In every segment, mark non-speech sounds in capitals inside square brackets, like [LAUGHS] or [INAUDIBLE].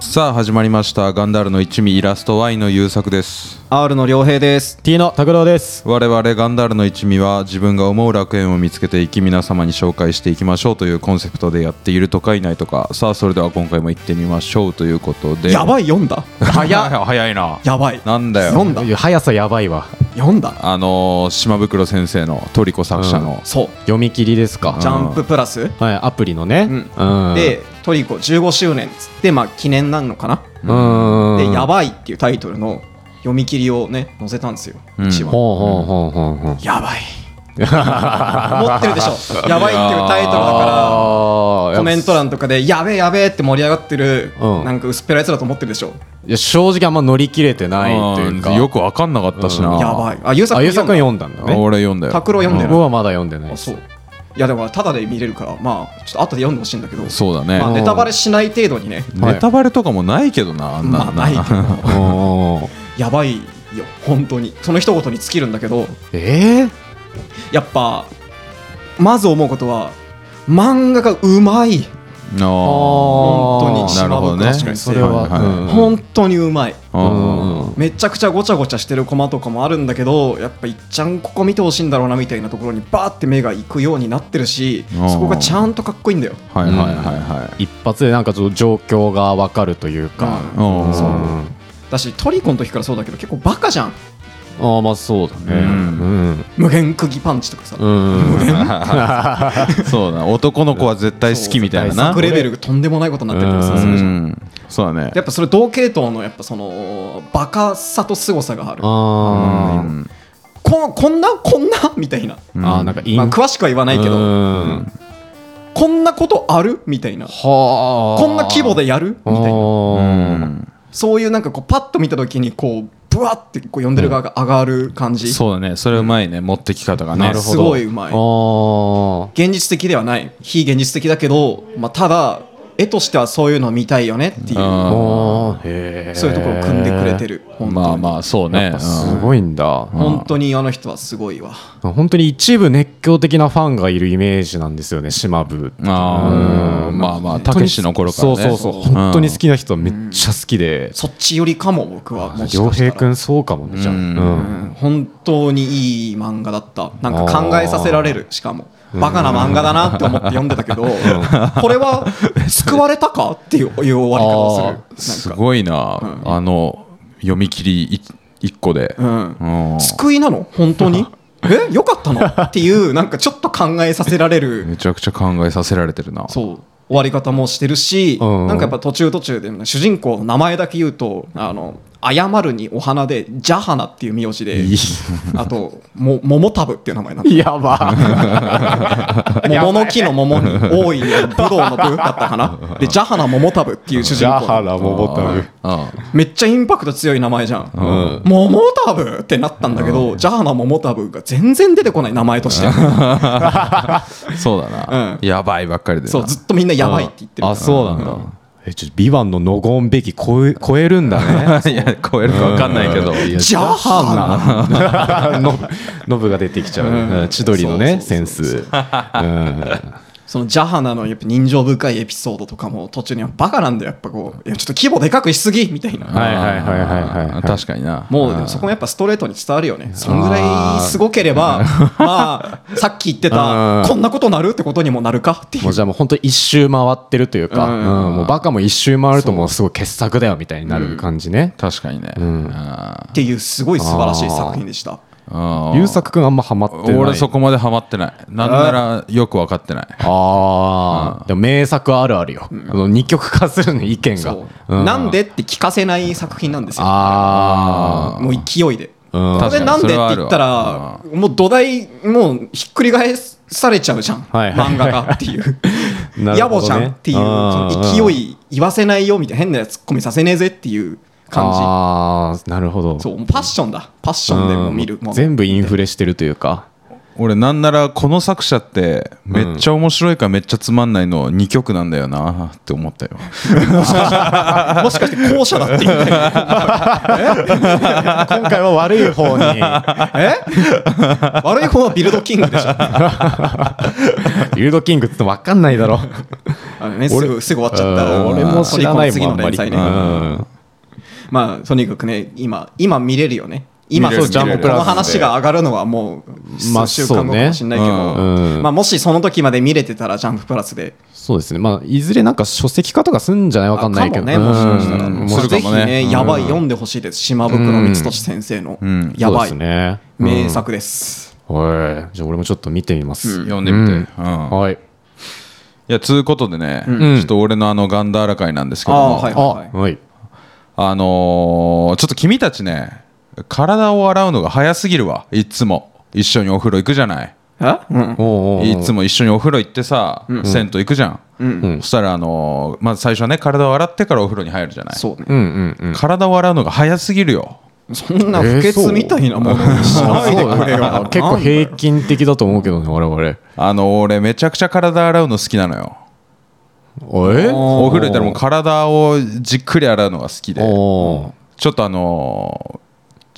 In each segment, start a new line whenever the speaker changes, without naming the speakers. さあ始まりましたガンダールの一味イラスト Y の優作です
R の良平です。
T の拓郎です。
我々ガンダールの一味は自分が思う楽園を見つけていき皆様に紹介していきましょうというコンセプトでやっているとかいないとかさあそれでは今回も行ってみましょうということで
やばい読んだ。
早い早いな
やばい。
なんだ
読
よ
んだ。
速さやばいわ。
読んだ。
あのー、島袋先生のトリコ作者の、
そう。
読み切りですか
ジ。ャンププラス。
はい、アプリのね。
うん
うん
で、トリコ15周年っつって、まあ記念なんのかな。
うん。
で、や
ば
ばいっていうタイトルの読み切りをね、載せたんですよ。
うん
一話。
ほうほうほうほうほう。
やばい。思ってるでしょ。やばいっていうタイトルだから。
[LAUGHS] あー
コメント欄とかでやべえやべえって盛り上がってる、
うん
なんか薄っぺらいやつだと思ってるでしょ
いや正直あんま乗り切れてないというか。
うんよく分かんなかったしな、
うあん
やばいあゆうさ
あ、
く
ゆ
ん
うさくん読んだんだね。
俺読んだよ
拓郎読んでる
僕はまだ読んでない
あ
で
そ
す
う。いやだからただで見れるからまあちょっと後で読んでほしいんだけど
そうだね、
まあ、ネタバレしない程度にね、
はい
ネタバレとかもないけどなあんな
まあ、
ん
ないけど、
おー
やばいよ、本当に、その一言に尽きるんだけど、
えー
やっぱ、まず思うことは、漫画がうまい、
あ
あー
ー
本当に
なる
島
ほど
袋
ね
確かに
それは。
はいはい
本当にうまい。
う
うんんうん
めちゃくちゃごちゃごちゃしてるコマとかもあるんだけどやっぱいっちゃんここ見てほしいんだろうなみたいなところにバーって目が行くようになってるし
あー
そこがちゃんとかっこいいんだよ
はいはいはいはい
一発でなんかちょっと状況がわかるというか。
うん
そう
うん
だしトリコの時からそうだけど結構バカじゃん
ああまあそうだね。
う
うんん。
無限釘パンチとかさ
うん。
そうだ男の子は絶対好きみたいなな
作レベルがとんでもないことになってるからさ
う
それじゃん
んそうだね
やっぱそれ同系統のやっぱそのバカさと凄さがある
う
あー
ん
ここんなこんなみたいな、
うん
あー、なんかイン
まあ、詳しくは言わないけ
う
ど
んは
こんなことあるみたいな
あ。
こんな規模でやるみたいな
う
な。
ん
そういうなんかこうパッと見た時にこうブワってこう読んでる側が上がる感じ、
そうだねそれうまいね持ってき方がね
なるほど。
すごいうまい
あー
現実的ではない非現実的だけど、まあ、ただ絵としてはそういうの見たいよねっていう
あー
あー。へー
そういうところを組んでくれて。る本当に、
まあまあそう
や
ね
っぱすごいんだ。
本当にあの人はすごいわ
本当に一部熱狂的なファンがいるイメージなんですよね、島部って。
うんあー
うん
まあまあたけしの頃からね
そうそうそう。本当に好きな人はめっちゃ好きで。
そっちよりかも僕はもし
良
かした
平
ら
くんそうかもね、じゃあ。
う
うんん。
うん本当にいい漫画だったなんか考えさせられるしかもバカな漫画だなって思って読んでたけど、これは救われたかっていういう終わり方をす
す
るなんか
ごいな、あの読み切りい一個で、
うん
うん
救いなの本当にえよかったのっていうなんかちょっと考えさせられる
めちゃくちゃ考えさせられてるな
そう終わり方もしてるし、
うん
なんかやっぱ途中途中で、ね、主人公の名前だけ言うとあの謝るにお花で「ジャハナ」っていう名字で
いい
あとも「桃タブ」っていう名前なんだ
やば。 [LAUGHS]
桃の木の桃に大いに武道の部だったかなで「ジャハナ桃タブ」っていう主人
[LAUGHS]
公の
桃太郎
あ
めっちゃインパクト強い名前じゃん、桃タブってなったんだけど、ジャハナ桃タブが全然出てこない名前として
あそうだな、
う
やばいばっかりでな
そうずっとみんなやばいって言ってるから
あそうなんだえちょっとビバンのノゴンべき超え超えるんだ [LAUGHS] ね
いや超えるか分かんないけど
いや
ジャハ
ノブノブが出てきちゃううん千鳥のねセンス [LAUGHS]
そのジャハナのやっぱ人情深いエピソードとかも途中にはバカなんだよやっぱこういやちょっと規模でかくしすぎみたいな、
はいはいはいはいはい
あー確かにな
もうでもそこもやっぱストレートに伝わるよねそんぐらいすごければまあさっき言って
う
た
ん
こんなことなるってことにもなるかってい
もう
う
じゃあもう本当一周回ってるというか、
うん
うんもうバカも一周回るともうすごい傑作だよみたいになる感じね、
確かにね、
ん
あ
っていうすごい素晴らしい作品でした
あ
優作くんあんまハマってない
俺そこまでハマってないなんならよく分かってない
ああ、でも名作あるあるよ、あの二極化するね意見が
そう、なんでって聞かせない作品なんですよ
ああ
もう勢いで。
ん
これなんでって言った
確かにそれは
らもう土台もうひっくり返されちゃうじゃん、
はいはい
漫画がっていう
[LAUGHS] なる
野
ほ
暮
どね
じゃんっていう
あー
その勢い言わせないよみたいな変なツッコミさせねえぜっていう感
ああなるほど
じそうもうパッションだパッションでもう見る
うん
もう
全部インフレしてるというか
俺なんならこの作者ってめっちゃ面白いかめっちゃつまんないの2曲なんだよなって思ったよ
[LAUGHS] もしかして後者だって言いたい
今回は悪い
[LAUGHS]
方に
え悪い方はビルドキングでしょ
ユードキングって分かんないだろ
あのねすぐすぐ終わ [LAUGHS] っちゃった
俺も知らない
次
もん
の
あんま
連
り
載
う
ね
ん
まあとにかくね今今見れるよね今
見れる
そうジャンプ
見れる
この話が上がるのはもう
まあ
数週間後かもしれないけ
そう
ど、
ねうんうん
まあ、もしその時まで見れてたらジャンププラスで
そうですねまあいずれなんか書籍化とかすんじゃないわかんないけど
あかもねもしかしたら、
うん
も
まあ
するか
ぜひ
もね
ね
うん
やばい読んでほしいです島袋光俊先生の、
ん
やばい、
そうですねうん
名作です、
はいじゃあ俺もちょっと見てみます、
読んでみて、うんい
はい
やつうことでね、
ん
ちょっと俺のあのガンダーラ会なんですけど
あ
も
あはい
あ
はいはい
はい
あのーちょっと君たちね体を洗うのが早すぎるわいつも一緒にお風呂行くじゃない
え、うん、
おうおうおう
いつも一緒にお風呂行ってさ、銭湯行くじゃん、
ん
そしたら、あのーまず最初はね体を洗ってからお風呂に入るじゃ [LAUGHS] ない
そうね
うんうんうん
体を洗うのが早すぎるよ
そんな不潔みたいなものにしないでくれよ、 [LAUGHS]
あ結構平均的だと思うけどね我々
あの俺めちゃくちゃ体洗うの好きなのよ
え
お風呂行ったらもう体をじっくり洗うのが好きで
おー
ちょっとあの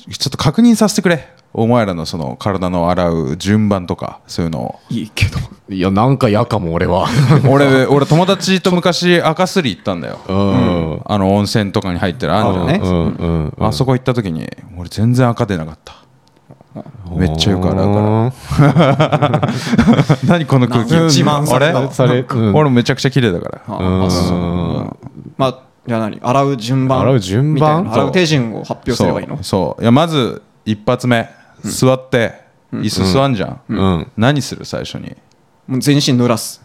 ーちょっと確認させてくれお前らのその体の洗う順番とかそういうのを
いいけど
いやなんか嫌かも俺は
俺俺友達と昔赤すり行ったんだよ、
うん
あの温泉とかに入ってるあんじゃん
あるね
うんうん
あそこ行った時に俺全然赤出なかっためっちゃよく洗うから [LAUGHS] 何この空気
なんか自慢された
あれ
されうん
俺もめちゃくちゃ綺麗だから
ああそうまあじゃあ何洗う順番
洗う順番
みたいな
そう
洗う手順を発表すればいいの
そうそういやまず一発目座って椅子座んじゃん、
うん
何する最初に
もう全身濡らす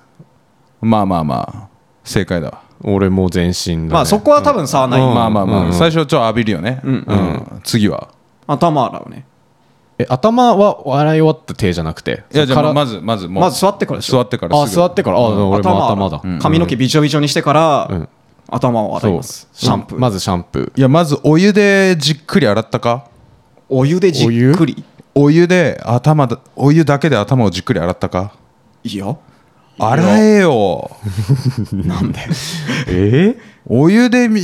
まあまあまあ正解だわ、
俺もう全身だね
まあそこは多分差はない、
まあまあまあ、
うん
最初ちょっと浴びるよね、うん
ん
次は
頭洗うね
え頭は洗い終わった手じゃなくて
いやじゃあ
から
まずまずもう
まず座ってからでしょ
座ってから
あ
すぐ
座ってからあ俺も頭だ
洗う髪の毛びちょびちょにしてから、頭を洗いますシャンプー、
まずシャンプ
いやまずお湯でじっくり洗ったか
お湯でじっくり
お湯で頭だお湯だけで頭をじっくり洗ったか
いいよ
洗えよ
なんで
ーえ
お湯でみ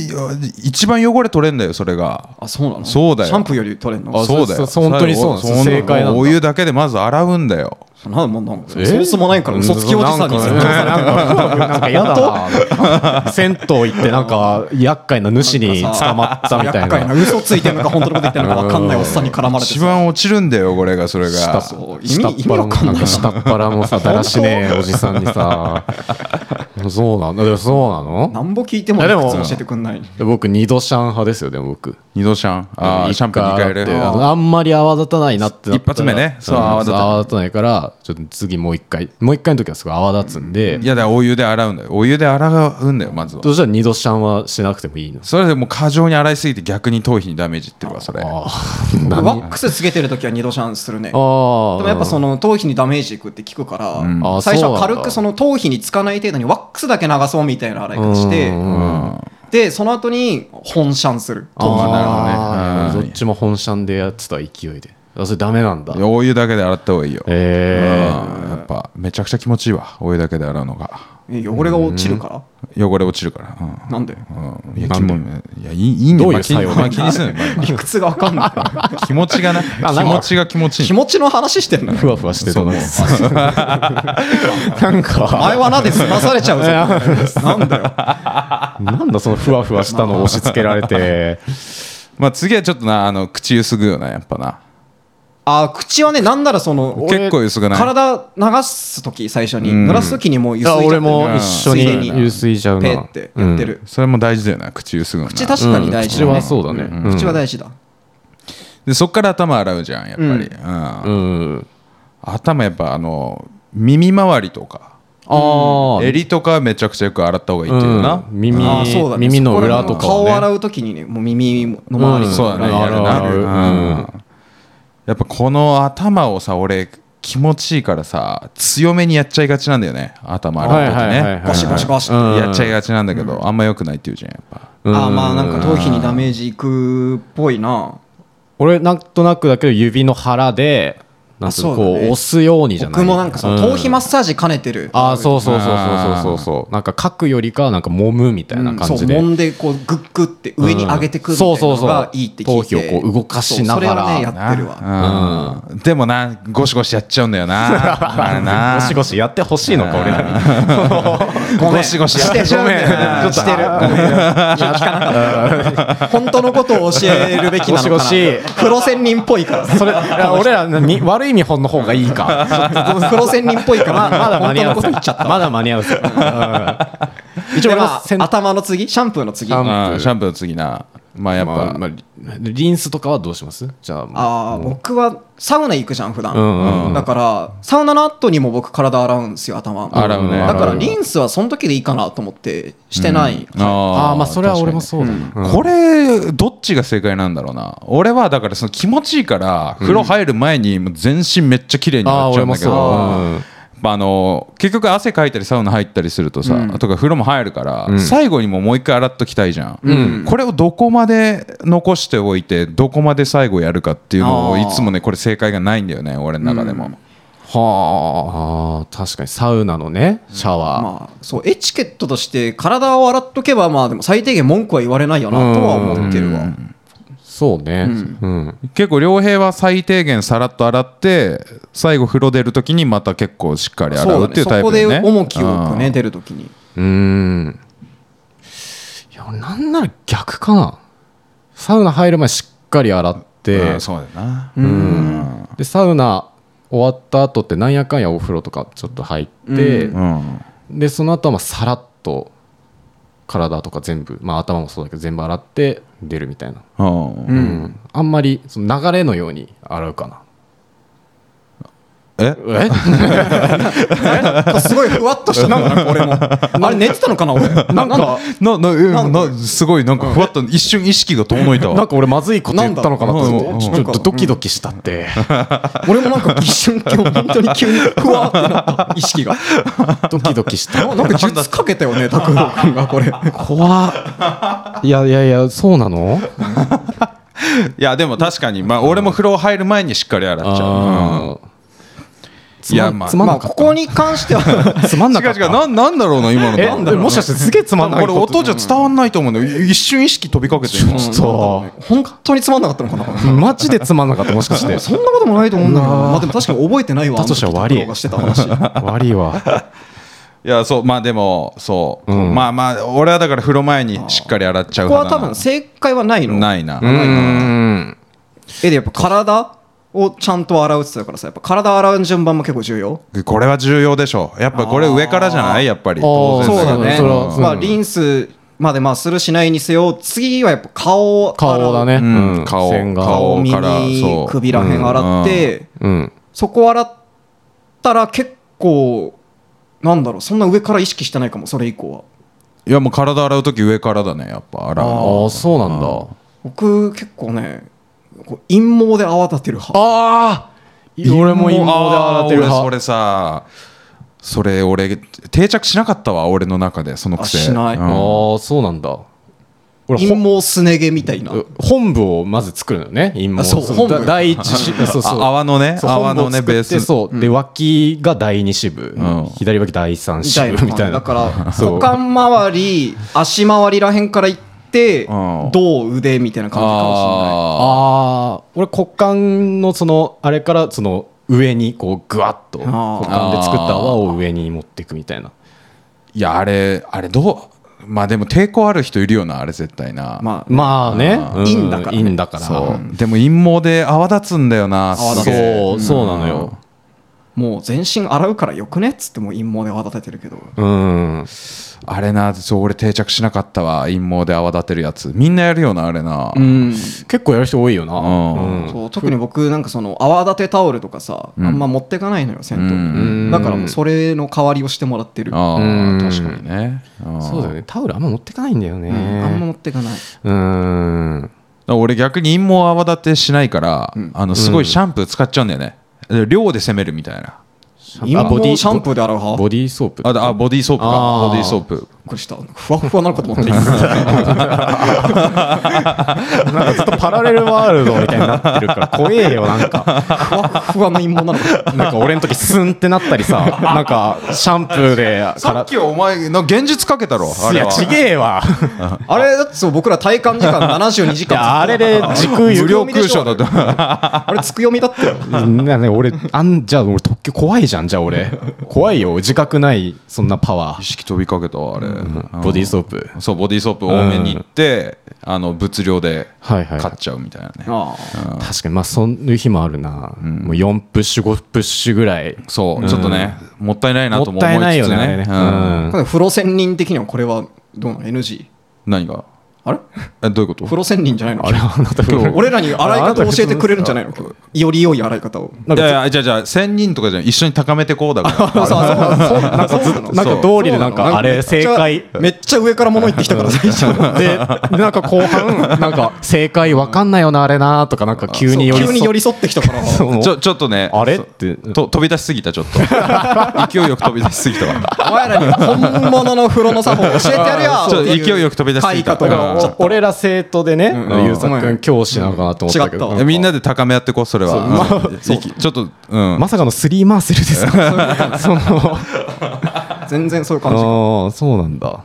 一番汚れ取れんだよそれが
あそうなの
そうだよ
シャンプーより取れんの
あ
そうだよ
そうそう本当にそうなんです
の
正解なんだ
お湯だけでまず洗うんだよ
そんなもんなんかソースもないから嘘つきおじさんに
な
説
ん
教
か
された
なんか嫌だな [LAUGHS] 銭湯行ってなんか厄介な主に捕まったみたい
厄介な
な
嘘ついてんのか本当のこと言ってんのか分かんないおっさんに絡まれて
一番落ちるんだよこれがそれ
下
が
そう意味
下っ腹
意
の
味わかん
な
ない
んか下っ腹のさだらしねえおじさんにさそうなのでもそうなの
なんぼ聞いても
い
理
やでも
屈教えてくんない
で僕二度シャン派ですよでも僕
二度シャンあーシャンプー2回入れ
で
る
あのあんまり泡立たないなってなっ
一
たら
発目ねそう泡立たない
泡立たないからちょっと次もう一回もう一回の時はすごい泡立つんで
いやだからお湯で洗うんだよお湯で洗うんだよまずは
そしたら二度シャンはしなくてもいいの
それでもう過剰に洗いすぎて逆に頭皮にダメージいってるわそれ
あ
ワックスつけてる時は二度シャンするね
あー
でもやっぱその頭皮にダメージいくって聞くから、
あ
最初
そう
は
なんだ
軽くその頭皮につかない程度にワックスだけ流そうみたいな洗い方して、
うん
うん
でその後に本シャンする
あー
なるほどねうん
どっちも本シャンでやってた勢いであそれダメなんだ
いやお湯だけで洗った方がいいよ
えー
うんやっぱめちゃくちゃ気持ちいいわお湯だけで洗うのが
え汚れが落ちるから、
汚れ落ちるから、うん
なんで
うんいや気もいやいいいいんだ
どうい
ま
う
あ気に
作用
まあ気にする
理屈が分かんない
気持ちがな気
なんか
持ちが気持ちいい
気持ちの話してん
[LAUGHS]
のよ
ふわふわしてたななんか
前はなで済まされちゃうぞなんだよ
なんだそのふわふわしたのを押し付けられ
[LAUGHS]
て
まあ次はちょっとなあの口ゆすぐよなやっぱな
あ口はねなんならその
俺結構ゆすぐない
体流す時最初に、
ん
濡らす時にもうゆすいちゃ
あ
ってる
俺も一緒
ついで
にゆすいちゃう
ペ
な
ッてやってる、
それも大事だよな口ゆすぐのな
口確かに大事だ、ね
うん口はそうだねうん
口は大事だ、
でそっから頭洗うじゃんやっぱり、うん
うん
頭やっぱあの耳周りとか
ああ
襟とかめちゃくちゃよく洗った方がいいっていうな、
耳
あーそうだね
耳の裏と
そこ
か
ら辺の顔を
を
洗
ね
うときにねもう耳の周り
ん
そうだね
うん
やるな
洗う
うんやっぱこの頭をさ俺気持ちいいからさ強めにやっちゃいがちなんだよね頭洗う時
はいはいはいはい
ね
ゴシゴシゴシって、
うん
やっちゃいがちなんだけどあんま良くないっていうじゃんやっぱ
あーまあなんか頭皮にダメージいくっぽいな
俺なんとなくだけど指の腹でなんつうの
そうだ
こ
ね
う押すようにじゃない
僕もなんかその頭皮マッサージ兼ねてる
ああそうそうそう
あー
そうそうそうそうなんか書くよりかはなんか揉むみたいな感じで、
うんそう揉んでこうグッグって上に上げてくるみたいなのがいいって聞いて
そうそうそう頭皮をこう動かしながら
そうそれはねやってるわ
わ、うんでもなゴシゴシやっちゃうんだよな
[LAUGHS]
あれな
ゴシゴシやってほしいのか俺らに
ごめん
ゴシゴシやっ
してる
ごめん
うんしてる聞かなかった本当のことを教えるべきなのかな
ゴシゴシ
黒仙人っぽいから
それ俺らに悪い見本の方がいい [LAUGHS] か
黒仙人っぽいか
ままだ
ら
間
本当の
に合う
こと言っちゃった
まだ間に合うぞうん一
で
応俺
ま
は
あ頭の次シャンプーの次
あ
あ
[LAUGHS] うんシャンプーの次なまあやっぱ、
まあまあリリンスとかはどうしますじゃあ
あー僕はサウナ行くじゃん普
うんうん
うん
段だからサウナの後にも僕体洗うんですよ頭
洗うね
だから
洗う
リンスはその時でいいかなと思ってしてない
あー
あーまあそれは俺もそうだ
確
な、
これどっちが正解なんだろうな俺はだからその気持ちいいから風呂入る前にもう全身めっちゃ綺麗になっちゃうんだけど、
あー俺もそう
まあ、あの結局汗かいたりサウナ入ったりするとさ、とか風呂も入るから、最後にももう一回洗っときたいじゃん、これをどこまで残しておいてどこまで最後やるかっていうのを
あ
い
ー
つもねこれ正解がないんだよね俺の中でも、
はあ確かにサウナのねシャワー、
まあ、そうエチケットとして体を洗っとけばまあでも最低限文句は言われないよなとは思ってるわ
そうねうん
結構良平は最低限さらっと洗って最後風呂出る時にまた結構しっかり洗
そうう
ってい
ね
う
そ
タイプ
こ
だ
で
よね
重きを置く
う
ね
ん
出るときに
うーん。いや、なんなら逆かな。サウナ入る前しっかり洗って
うん、そうだよな
うん
で、サウナ終わった後ってなんやかんやお風呂とかちょっと入って、
う
うん
で、その後はまあさらっと体とか全部、まあ頭もそうだけど全部洗って出るみたいな。
うん
うん
うんあんまりその流れのように洗うかな。
え
え
すごいふわっとしたなんか俺もあれ寝てたのかな俺なんか
ななえなすごいなんかふわっと一瞬意識が遠のい
[LAUGHS]
たわ
なんか俺まずいこと言ったのかなと思っ
なんだ
てちょちょっとドキドキしたって。
俺もなんか一瞬今日本当に急にふわってなった意識が
[LAUGHS] ドキドキした。
ななんか術かけたよね拓郎君がこれ
怖っいやいやいやそうなの
いやでも確かにまあ俺も風呂入る前にしっかり洗っちゃう
あ
いやまあ
つまん
まあ
なか
こ
った
こに関しては
つまん
違
なか
う
った
違うなんなんだろうな今の
えでもしかしてすげえつまんない
これ音じゃ伝わんないと思うんだよい一瞬意識飛びかけてる
ちょっ
本当につまんなかったのかな
とマジでつまんなかったもしかして
[LAUGHS]
そんなこともないと思うんだけどまあでも確かに覚えてないわ
だとしたら悪い
あの時拓郎がしてた
[LAUGHS]
話
悪いわ
いやそうまあでもそう、
うん
まあまあ俺はだから風呂前にしっかり洗っちゃう
ここは
派
多
だな
分正解はないの
ないな、
うーん
えでやっぱ体をちゃんと洗うって言ってたからさやっぱ体洗う順番も結構重要
これは重要でしょやっぱこれ上からじゃないやっぱり
あ
当
ー
然けど
そうだね
そ
そうれ
だ
は
ねまあリンスまでまあするしないにせよ次はやっぱ顔を洗う
顔だね
うん
うん
顔
線が
顔
耳
からそう
首らへん洗って
うん
そこ洗ったら結構なんだろうそんな上から意識してないかもそれ以降はい
やもう体洗う時上からだねやっぱ洗う
あ
の
ーそうなんだ
僕結構ねこう陰毛で泡立てる派
あー俺も陰毛で洗ってる
あー俺そ
派
れさそれ俺定着しなかったわ俺の中でその癖
あしない
うん
あーそうなんだ俺
陰毛すね毛みたいな
本部をまず作るのよね陰毛
あそう
の
本部
だ第一支部そうそう
あ泡のね
そう
泡のね
本部
ベ
を
ー
作って
ス
そうで脇が第2支部
ん
左脇第3
みたい
支
な
部みたいな
だから
そう
股間周り足周りらへんから行って
うん
胴腕みたいな感じかも
あ
ああ俺骨幹のそのあれからその上にこうグワッと
あー
骨幹で作った泡を上に持っていくみたいな
ーいやあれあれどうまあでも抵抗ある人いるよなあれ絶対な
しれないまあ
まあね
あ
ー
うん
いいんだからね
いいんだから
そうでも陰毛で泡立つんだよな
泡
す
立つ
げえ
そうそうなのよ
もう全身洗うからよくねっつってもう陰毛で泡立てるけど
うん
あれなそう俺定着しなかったわ陰毛で泡立てるやつみんなやるよなあれな
うん
結構やる人多いよな
うん
うん
そう特に僕なんかその泡立てタオルとかさあ
うん
んま持ってかないのよ銭湯
うん
だからもうそれの代わりをしてもらってる
あ
うん
ー確かにねん
そうだよねタオルあんま持ってかないんだよね
うんあんま持ってかない
うん
俺逆に陰毛泡立てしないから、あのすごいシャンプー使っちゃうんだよね、で量で攻めるみたいな
陰毛シャンプーで洗う派
ボディーソープ
あだあボディーソープか
あー
ボディーソープ
くりしたふわふわなのかと思って
なんかずっとパラレルワールドみたいになってるから怖えよなんか
ふわふわの陰謀なのか
[LAUGHS]
[LAUGHS]
なんか俺の時スンってなったりさ [LAUGHS] なんかシャンプーで
さっきはお前の現実かけたろあ
い
れ
や
は
ちげえわ
あれだってそう僕ら体感時間72時
いや
間
あれで時空
無
有
料空所だと
あれつく読みだったよ
なね俺あんじゃあ俺特許怖いじゃんじゃあ俺怖いよ自覚ないそんなパワ
意
ー
識飛びかけたわあれ、うん
ボディーソープ
そうボディーソープ多めに行って、あの物量で
はいはい
買っちゃうみたいなね、
あ
確かにまあそういう日もあるな、もう4プッシュ5プッシュぐらい
そう、ちょっとねもったいないな
も
と
っ
も思い
たい
つつ
ないよねあれ
ね
ね、
うん
あ風呂仙人的にはこれはどうなの NG
何が
あれ
えどういうこと
風呂仙人じゃないの
あなた
俺らに洗い方を教えてくれるんじゃないのより良い洗い方を
いやいやじゃあじゃあ1000人とかじゃん一緒に高めてこう [LAUGHS] だから
そうそうそうなんかずっと
なんか道理でなん
そうなの
かあれ正解で
めっちゃ上から物言ってきたから最初
なんか後半なんか正解わかんないよなあれなとかなんか急に寄り
急に寄
添
り添ってきたから
そう
ちょちょっとね
あれっ
そう
て
と飛び出しすぎたちょっ [LAUGHS] と勢いよく飛び出しすぎた [LAUGHS] わ
お前らに本物の風呂の作法教えてやるよ
ちょっと勢いよく飛び出してきた
っていう会
うん
かと思っちゃった
俺ら生徒でねゆうさくん教師なのかなと思ったけ
違
ど
った
えみんなで高め合ってこう [LAUGHS] それはうんいきちょっとうん
まさかのスリーマーセルですか [LAUGHS] その
全然そういう
あ
感じ
ーそうなんだ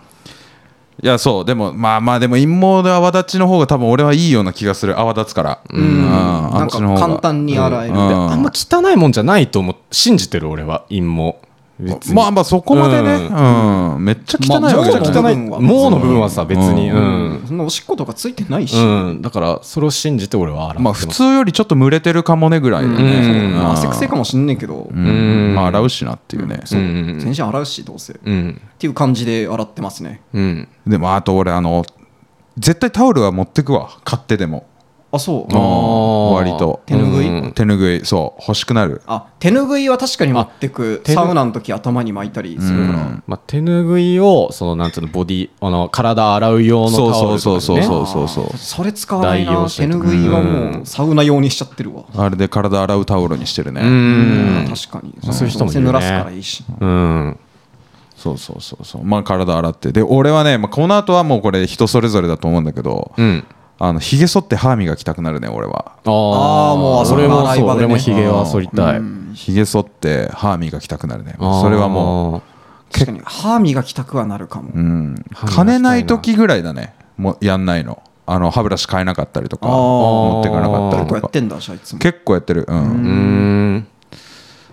いやそうでもまあまあでも陰謀で泡立ちの方が多分俺はいいような気がする泡立つからうん
な
あ
ん
っ
か
ちの方が
簡単に洗える
うん
で
あんま汚いもんじゃないと思う信じてる俺は陰謀別に
まあまあそこまでね
う
うんめっちゃ汚い
まあ
わけじゃな
もう
い
ちょっ
汚いもうの部分はさ別にう
うんんそんなおしっことかついてないし
うん、だからそれを信じて俺は洗って
まあ普通よりちょっと蒸れてるかもねぐらいでね
うん
まあ汗くせえかもしんねえけど
うんまあ洗うしなっていうね
うんうん
全身洗うしどうせっ
うん
ていう感じで洗ってますね
うん
でもあと俺あの絶対タオルは持ってくわ買ってでも
あそう
うん
ー
割と
手拭い
うん手拭いそう欲しくなる
あ手拭いは確かに持ってく
手拭い
サウナの時頭に巻いたりするから
まあ、手拭いをそのなんていうのボディあの体洗う用のタ
そう
オ
そ
ル
う
とか
そ
ね
うそうそう
あ
そうそう
ーそれ使わないな
代
手
用してとか
拭いはもうサウナ用にしちゃってるわ
あれで体洗うタオルにしてるね
うん
確かに
そういう人もい
背
るね
濡らすからいいし
うん
そうそうそうそうまあ体洗ってで俺はね、まあ、この後はもうこれ人それぞれだと思うんだけど、
うん
あのひげ剃って歯磨きたくなるね俺は
あ
ああ
ーもうあそこ
俺も
洗い
そう
場でね
俺もひげは剃りたい
ひげ剃って歯磨きたくなるね
あー
それはも
確かに歯磨きたくはなるかも
う、うん、
歯磨きたいな
金ない時ぐらいだねもうやんないのあの歯ブラシ買えなかったりとか
あー
持ってかなかった
結
り
構
と
やっ
か
てんだじゃあいつも
結構やってるうん、
うーん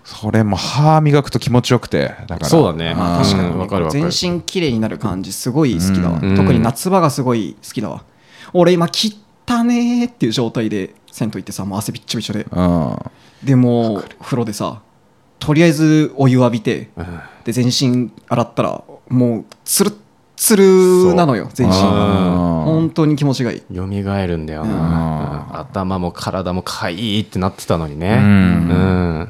それも歯磨くと気持ちよくてだから
そうだね
あ
まあ確か
うんわ
に
かるわか
全
る
身きれいになる感じすごい好きだわ、
うん
特に夏場がすごい好きだわ俺今切ったねーっていう状態で銭湯行ってさもう汗びっちょびちょで
うん
でもう風呂でさとりあえずお湯浴びてで全身洗ったらもうつるつるなのよ全身
あー
本当に気持ちがいい
よみがえるんだよな、うん頭も体もかいいってなってたのにね
う
うんん、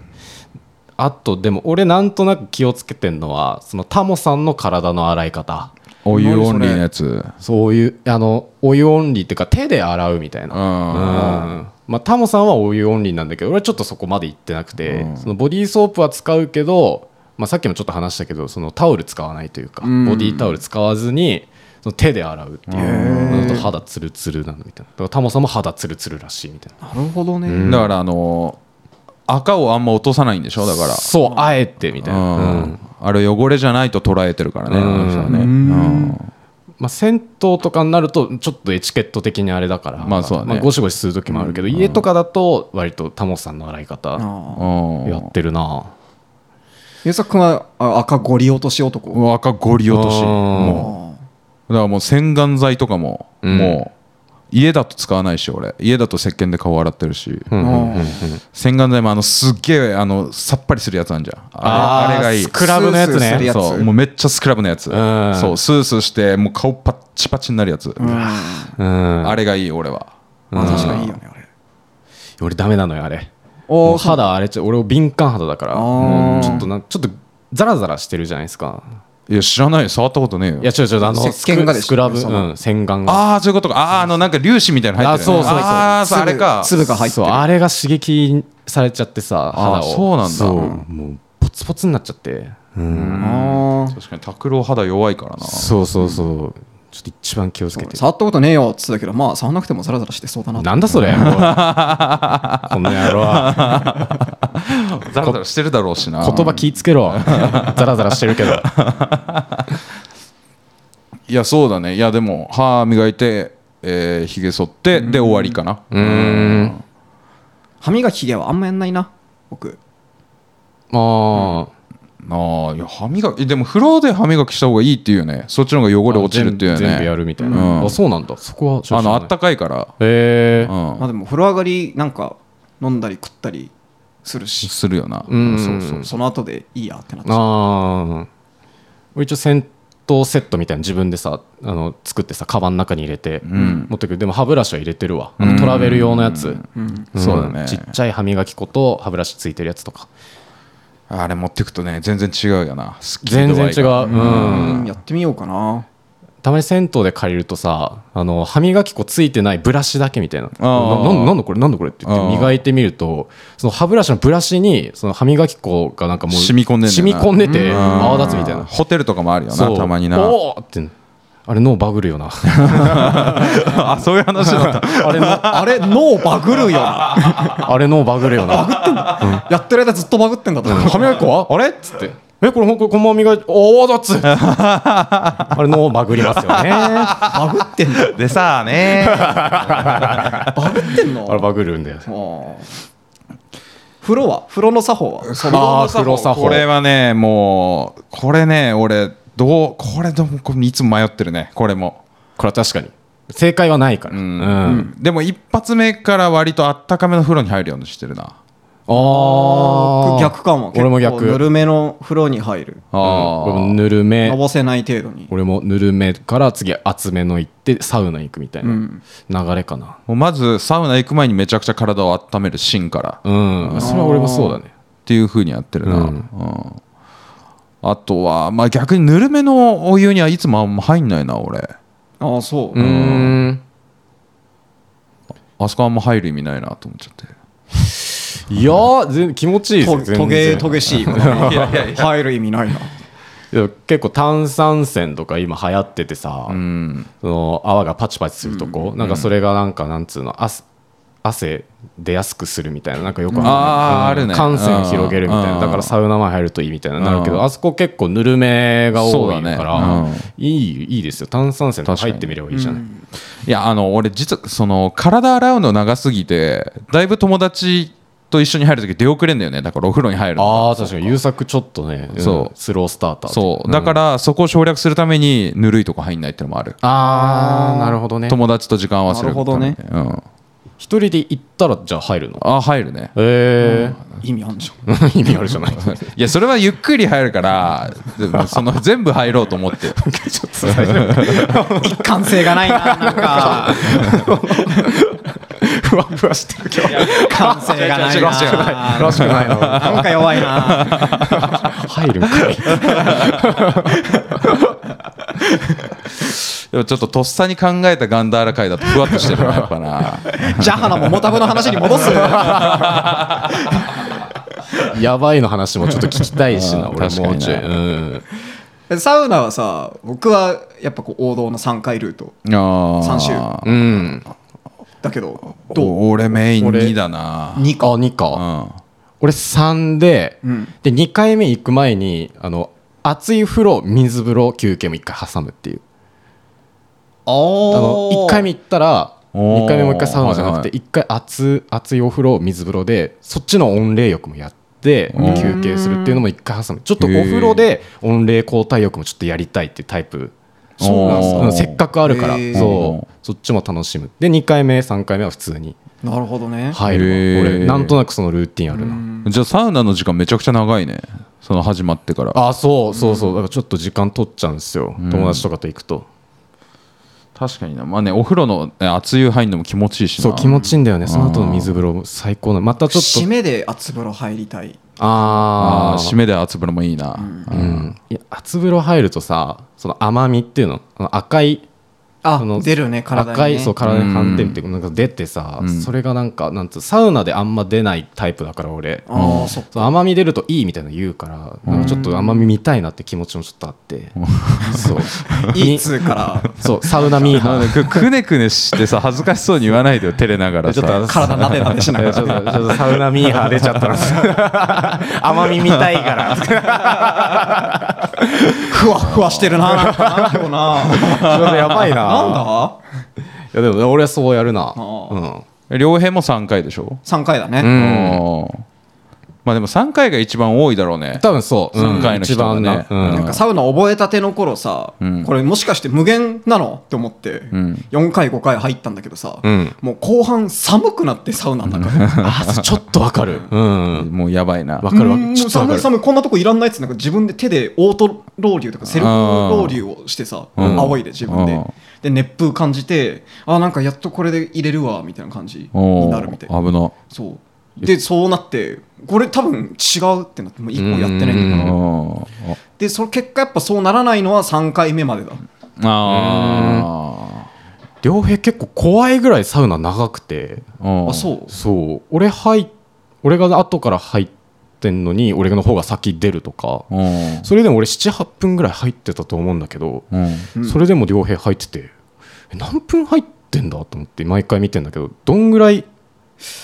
あとでも俺なんとなく気をつけてんのはそのタモさんの体の洗い方
お湯オンリーのやつ
そういうあのお湯オンリーっていうか手で洗うみたいなうんまあ、タモさんはお湯オンリーなんだけど俺はちょっとそこまで行ってなくて、
うん
そのボディーソープは使うけど、まあ、さっきもちょっと話したけどそのタオル使わないというか、
うん
ボディータオル使わずにその手で洗うってい
へー
うあと肌ツルツルなのみたいなだからタモさんも肌ツルツルらしいみたいな
なるほどね、
だからあの赤をあんま落とさないんでしょだから
そうあえてみたいな、
う
うん
んあれ汚れじゃないと捉えてるからねあ
うん
の人はね
う
まあ、銭湯とかになるとちょっとエチケット的にあれだから、
まあそうだね
ゴシゴシする時もあるけど、家とかだと割とタモさんの洗い方
ああ
うん
やってるな、
優作君はあ赤ゴリ落とし男
うん赤ゴリ落とし
あー
も
あ
うだからもう洗顔剤とかも
うん
もう家だと使わないし俺家だと石鹸で顔洗ってるし
うんうんうん
あ
洗顔剤もあのすっげえあのさっぱりするやつあるじゃんあれあ
ー
れがいい
スクラブのやつ
スースーする
ね
やつ
そうもうめっちゃスクラブのやつ
ん
そうスースーしてもう顔パッチパチになるやつ
あ
うん
あれがいい俺は
まあ確かにいいよねあれ
俺ダメなのよあれ
お
もう肌あれちょ俺も敏感肌だから
あー
もうちょっとなちょっとザラザラしてるじゃないですか
いや知らないよ触ったことねえよ
いやちょちょあの
石鹸がでしょ
スクラブ
その
うん洗顔が
ああそういうことかあああのなんか粒子みたいなの入ってるね
あそうそうそう
あーそうあれか
粒が入って
そう
る
あれが刺激されちゃってさ
あー
肌を
そうなんだ
そうもうポツポツになっちゃってう
あー
確かに拓郎肌弱いからな
そうそうそうちょっと一番気をつけて
触ったことねえよっつってたけどまあ触んなくてもザラザラしてそうだな
なんだそれおいこの野郎は
ザラザラしてるだろうしな
言葉気ぃつけろザラザラしてるけど
いやそうだねいやでも歯磨いてえー、ひげ剃ってで終わりかなうん
歯磨きひげはあんまやんないな僕
ああ
ああいや歯磨きでも風呂で歯磨きした方がいいっていうよねそっちの方が汚れ落ちるっていうよね
全部やるみたいな、
うん
あそうなんだそこは
あのあったたかいから
へえ
うん
まあでも風呂上がりなんか飲んだり食ったりするし
するよな
うん
そうそう
その後でいいやってなっちゃう
ああ俺一応銭湯セットみたいなの自分でさあの作ってさカバンの中に入れて持ってくる、でも歯ブラシは入れてるわあのトラベル用のやつ、ん
そうだね
ちっちゃい歯磨き粉と歯ブラシついてるやつとか
あれ持ってくとね全然違うよなスッキリ
全
度合い
然
が
違ううん
うんやってみようかな
たまに銭湯で借りるとさあの歯磨き粉ついてないブラシだけみたいな「
あー
なななんだこれなんだこれ」って言っ
あ
て
ー
磨いてみるとその歯ブラシのブラシにその歯磨き粉がなんかもう
染み込んでんだよな
染み込んでて
うん
泡立つみたいな
ホテルとかもあるよ
そ
な
う
たまにな
おーってあれ脳バグる
[LAUGHS]
よな
あそういう話だ [LAUGHS] った
あれの
[LAUGHS] あれ脳バグるよな
あれ脳バグるよな
やってる間ずっとバグってんだと思う
歯磨き粉はあれっつってえこれほんこれこのまま磨いて泡
[LAUGHS]
立つあれ脳バグりますよね
[LAUGHS]
あ
バグってんの
でさあね
バグってんの
れバグるんだよ
もう風呂は風呂の作法はそ
あー
風
風
呂
呂
作
作
法
法
これはねもうこれね俺どうこれどうもこれいつも迷ってるねこれも、
これは確かに正解はないから
うん
うん
でも一発目から割とあったかめの風呂に入るようにしてるな
あー
逆かも
俺も
結構
逆
ぬるめの風呂に入る
あ
俺
ー、
もぬる
の
め
ぼせない程度に
俺もぬるめから次厚めの行ってサウナ行くみたいな流れかな
もうまずサウナ行く前にめちゃくちゃ体を温める芯からっ
うん、それは俺もそうだね
ていう風にやってるな、う
うん
んあとは、まあ、逆にぬるめのお湯にはいつもあんま入んないな俺
ああそう
うーん
あそこあんま入る意味ないなと思っちゃって
いやー全気持ちいいですよ
とと
全
げ
然
とげしい入る意味ないな
でも結構炭酸泉とか今流行っててさ、
うん
その泡がパチパチするとこ、なんかそれがなんかなんつうの汗汗出やすくするみたいななんかよくる
あー
うん
あるね
汗腺を広げるみたい
うん
なだからサウナ前入るといいみたいななるけ
う
ど
ん
あそこ結構ぬるめが多い
そうだね
から、
うん
いいいいですよ炭酸泉とか入ってみればいいじゃない、
いやあの俺実はその体洗うの長すぎてだいぶ友達と一緒に入る時出遅れんだよねだからお風呂に入るの
ああ確かに優作ちょっとね、うん
そう
スロースターター
そうだからそこを省略するためにぬるいとこ入んないってのもある
ああなるほどね
友達と時間合わせる
なるほどね
ためにうん
一人で行ったらじゃあ入るの
あ入るね
え
意味あんじゃん
え [LAUGHS] 意味あるじゃないちょっ
いやそれはゆっくり入るからでもその全部入ろうと思って
[LAUGHS]
と大丈夫
一貫性がないななんか
ふわふわしてるけど
感性がな
違う違う違
いな
う
らしくないなんか弱いな
入るんかい
でもちょっととっさに考えたガンダーラ会だとふわっとしてるなやっぱな
じゃはな桃タブの話に戻す
やばいの話もちょっと聞きたいしな、
あー
俺もうちょい。
確か
うん、
サウナはさ僕はやっぱこう王道の3回ルート
あ
三周
ー
うん、
だけどどう
お俺メイン
俺
2だな
2か2か、
うん
俺3で、
うん
で2回目行く前にあの熱い風呂水風呂休憩も1回挟むっていう
あ
あの1回目行ったら
おー
2回目もう1回サウナじゃなくて
は
1回熱熱いお風呂水風呂でそっちの温冷浴もやって
うん
休憩するっていうのも1回挟むちょっとお
へー
風呂で温冷交代浴もちょっとやりたいっていうタイプ
そうなんすか
うんせっかくあるから
へー
そうそっちも楽しむで2回目3回目は普通に
なるほどね
入
へ
る
ー
わ俺なんとなくそのルーティンあるな
じゃあサウナの時間めちゃくちゃ長いねその始まってから
あそうそうそうだからちょっと時間取っちゃうんですよ友達とかと行くと
確かになまあねお風呂のね熱湯入るのも気持ちいいしな
そう気持ちいいんだよねその後の水風呂も最高なまたちょ
締
っと
めで厚風呂入りたい
あ
あ
あ
ー
締めで熱風呂もいいな、
うんいや厚風呂入るとさその甘みっていうのあの赤い
あ
その
出るね体にね
赤いそう体に斑点っていうかなんか出てさ、
うん
それがなんかなんつうサウナであんま出ないタイプだから俺
ああそっか
そう甘み出るといいみたいなの言うから、なんかちょっと甘み見たいなって気持ちもちょっとあって、 [LAUGHS] そう
いいっつうから
そうサウナミーハ
あ [LAUGHS]
ー
のくくねくねしてさ恥ずかしそうに言わないでよ照れながら
ちょっとあの
さ
体なでなでしながら
[LAUGHS] ちょっとちょっとサウナミーハー出ちゃったな [LAUGHS] 甘み見たいから [LAUGHS] すい
ふわふわしてるななんかな今日な
ませんやばいな
なんだ
いやでも俺はそうやるな
ー
うん
両辺も3回でしょ
3回だね、
うんまあでも3回が一番多いだろうね
多分そう
三回の人がね
一番なうん
なんかサウナ覚えたての頃さ、
ん
これもしかして無限なのって思って、
ん
4回5回入ったんだけどさ、
うん
もう後半寒くなってサウナの中で
あそうちょっとわかるうん
もうやばいな
わかるわ
うん
ちょっとわ
寒
か
い
る
寒いこんなとこいらんないっつってなんか自分で手でオートロウリュとかセルフロウリュをしてさ
ん
仰いで自分
う
で
ん
で熱風感じてあなんかやっとこれで入れるわみたいな感じ
お
になるみたいな
ー危な
そうでそうなってこれ多分違うってなってもう1個やってないんだけど
う
う
ん
んあ
でその結果やっぱそうならないのは3回目までだ
あ
両平結構怖いぐらいサウナ長くて
あ
あそう
そう俺入っ俺が後から入ってんのに俺の方が先出るとか
うんうん
それでも俺78分ぐらい入ってたと思うんだけど
うん
うん
それでも両平入っててえ何分入ってんだと思って毎回見てんだけどどんぐらい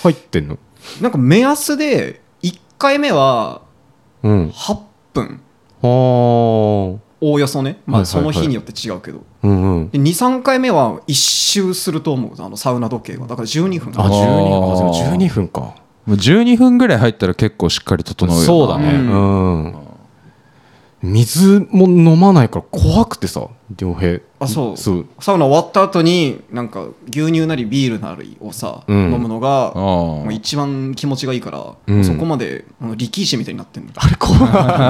入ってんの
なんか目安で1回目は
うん
8分
あー
おおよそね、まあ、
はいはい
そ
は
の
い
日によって違うけど、
うんうん
で23回目は1周すると思うあのサウナ時計はだから12分
あ
あー
12あでも12分か
もう12分ぐらい入ったら結構しっかり整うよな
そうだね
う
うん、水も飲まないから怖くてさ両平
あそう
そう
サウナ終わった後になんか牛乳なりビールなりをさ、
うん
飲むのが
あ
もう
ー
一番気持ちがいいから、
うん
そこまであの力士みたいにな
[LAUGHS]
ってんのい
あれ怖い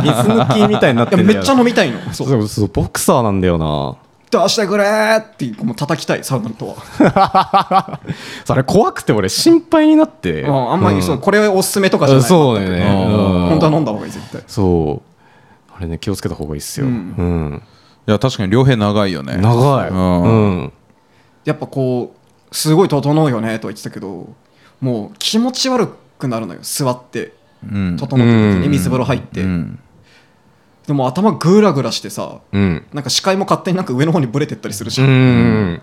水抜きみたいになって
や
ん
め
だよ
っちゃ飲みたいのそ
[LAUGHS] そう
うで
そうそうボクサーなんだよな
出してくれーってもう叩きたいサウナとは、
それ怖くて俺心配になって
うんあんまりそううこれはおすすめとかじゃ
ん
ない
そうだよね
うん
本当は
うん
飲んだ方がいい絶対
そうあれね気をつけた方がいいっすよ
う
うんん
いや確かに両辺長いよね
長い
うん
うん
やっぱこうすごい整うよねとは言ってたけどもう気持ち悪くなるのよ座って
うん
整ってる時
う
に
ん
水風呂入って、
うん
でも頭グラグラしてさ
うん
なんか視界も勝手になんか上の方にブレてったりするし、
うん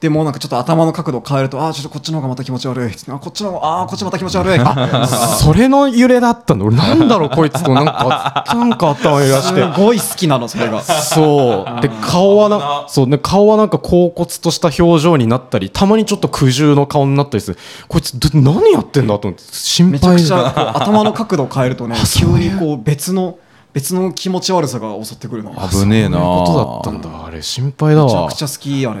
でもうなんかちょっと頭の角度変えるとああちょっとこっちの方がまた気持ち悪いあこっちの方ああこっちまた気持ち [LAUGHS] 悪いあ
それの揺れだったの俺なんだろうこいつとなんかなんか頭揺らし
す
て
ごい好きなのそれが
そうで顔はなそうね顔はなんか恍惚とした表情になったりたまにちょっと苦渋の顔になったりするこいつど何やってんだと思って心
めちゃ
配
くちゃこう頭の角度を変えるとね急にこう別の別の気持ち悪さが襲ってくるのめち
危ねえな
ことだったんだあれ心配だ
ゃ
わ
くちゃ好きあれ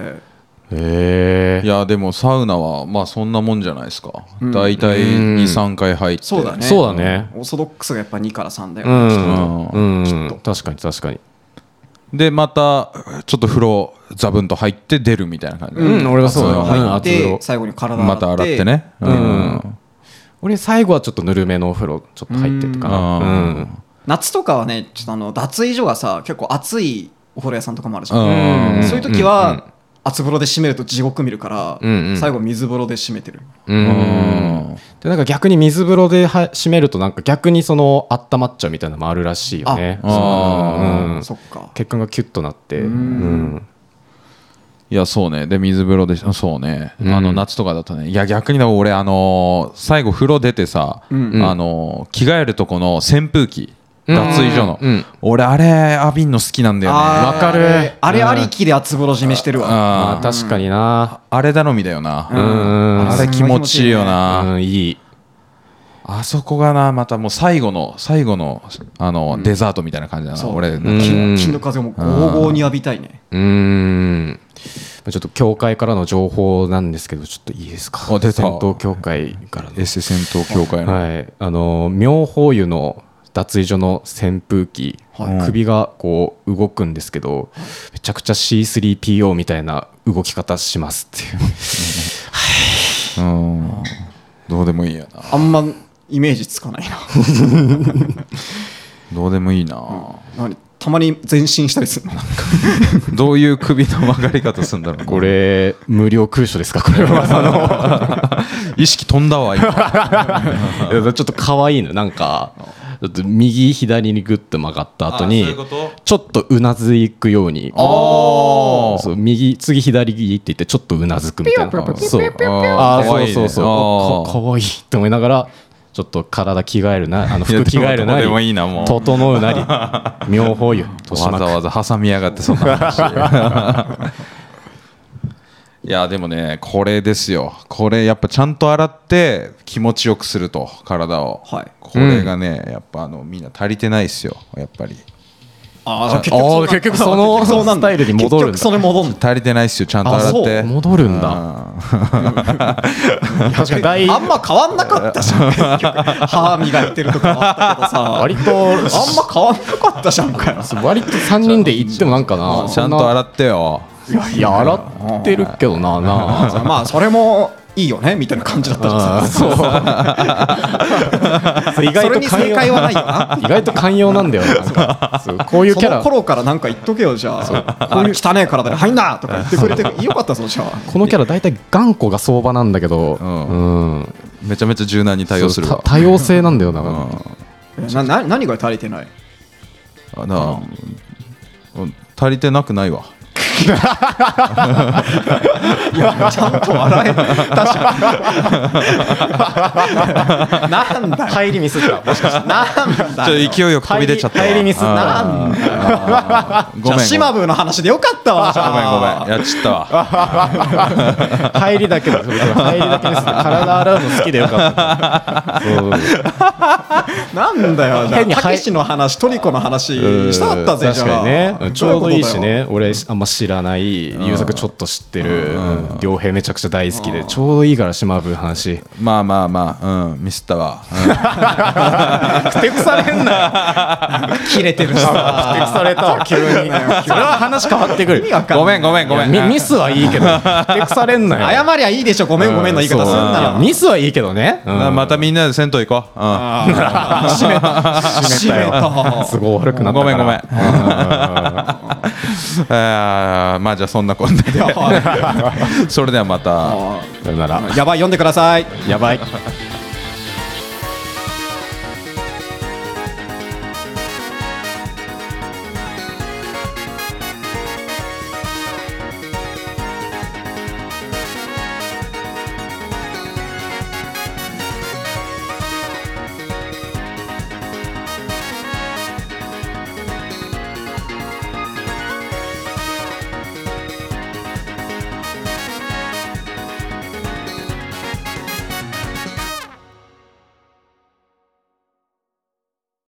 へ
い
え
やでもサウナはまあそんなもんじゃないですか、
ん
大体
うん
23回入って
そうだね
そうだね
オーソドックスがやっぱ2から3だよ
う
ね、きっと
んうんうん確かに確かに
でまたちょっと風呂ザブンと入って出るみたいな感じ、
うん俺はそうだよ
入っ
うん
て
熱風呂
最後に体
また洗ってね
うん俺最後はちょっとぬるめのお風呂ちょっと入ってとかな
う
うんん
夏とかはねちょっとあの脱衣所がさ結構暑いお風呂屋さんとかもあるじゃ、
うんん
そういう時は厚風呂で締めると地獄見るから、
うんうん
最後水風呂で締めてる
うん
うん
でなんか逆に水風呂では締めるとなんか逆にその温まっちゃうみたいなのもあるらしいよね
ああ
うんうん
そっか
血管がキュッとなって
うん
うん
いやそうねで水風呂でそうね、
うん
あの夏とかだとねいや逆にだ俺あのー最後風呂出てさ、
うん
あのー着替えるとこの扇風機脱衣所の、
うんうん
俺あれ浴びんの好きなんだよね
あー
わかる
あれありきで厚風呂締めしてるわ
あ
あ
ー確かにな
ああれ頼みだよな、
うん
あれ気持ちいいよな、
うんいい
あそこがなまたもう最後の最後のあの、デザートみたいな感じだな
そう
俺
うん金金の風をもうゴーゴーに浴びたいね
うんちょっと教会からの情報なんですけどちょっといいですか
あ出た
戦闘教会からの
エセ戦闘協会の、
はい、あの妙法湯の脱衣所の扇風機、
はい
首がこう動くんですけどめちゃくちゃ C3PO みたいな動き方しますっていう
[LAUGHS] うんどうでもいいやな
あんまイメージつかないな
どうでもいいな、
何たまに前進したりするのなんか
どういう首の曲がり方するんだろう
これ無料空
[LAUGHS]
所ですかこれは
意識飛んだわ今
あのいやちょっと可愛いのなんかちょっと右左にグッと曲がった後に
あそういうこと
ちょっとうなずくようにそう右次左右って言ってちょっとうなずくみたいなそうあ
あ
あそうそうそう
あ
あかかわいいって思いながらちょっと体着替えるなあの服着替える
いや
な
でもどうでも
り
いいなもう
整
[LAUGHS]
うなり妙法湯豊
わざ
島区
わざ挟みやがってそんな話いやでもねこれですよこれやっぱちゃんと洗って気持ちよくすると体を、
はい
これがね、やっぱあのみんな足りてないっすよやっぱり
ああ
あー結局そのスタイルに戻るんだ
結局それ戻るんだ
足りてないっすよちゃんと洗
あ
っ
そ
て
う戻るんだ確か
[LAUGHS]
に大
あんま変わんなかったじゃん
[LAUGHS]
結局歯磨いてるとかもあったけどさ
割と
あんま変わんなかったじゃんかよ
割と3人で行ってもなんかな
ちゃんと洗ってよ
いやいや洗ってるけどななあ
まあそれもいいよねみたいな感じだったじゃん
あそう意
そ
外
れ
と
に
寛
正
容
解はないよな
意外と寛容なんだよなんかそうこういう
そ
キャラ
の
こ
頃からなんか言っとけよじゃああれ汚え体に入んなとか言ってくれて
[LAUGHS]
よかったぞじゃあ
のキャラ大体頑固が相場なんだけど
ん
うん
めちゃめちゃ柔軟に対応する
そう
わ
た多様性なんだよな
なな何が足りてない
あなあうん足りてなくないわ
いやちゃんと洗え確かになんだよ
入りミスったもしかし
なんだ
ちょ
よ
っと勢いよく飛び出ちゃったわ
入り入りミスった
な
あ
んだよ
ーご
じゃ
めん
あ
ごめん
島部の話でよかったわじゃあ
ごめんごめんやっちったわ
て入りだけで入りだけミスった体洗うの好きでよかったそう
なんだよ、じゃ
変に
あ、
入
たけしの話、トリコの話したかったぜ、
確か
じ
に
ゃあ
ねちょうどいいし。
どうう
ね俺あんま知らない優作ちょっと知ってるうん良平めちゃくちゃ大好きでちょうどいいから島分話
まあまあまあ、うん、ミスったわ。
ふてくされんな
ことだよ切れてるし
ふてく
さ。
されたわ急にそれは話変わってく
う
る
んごめんごめんごめん。
みミスはいいけどふてくされんなよ
謝りゃいいでしょ、ごめんごめんの言い方すん
そういや
な。
ミスはいいけどね
うん
うん
またみんなで銭湯行こう。うん
閉めた。閉めた。
都合悪くなった
ごめんごめん。
ん
[LAUGHS] あーまあじゃあそんなこんなで。
[LAUGHS]
それではまた。
あ
さよなら
ーやばい、読んでください。
やばい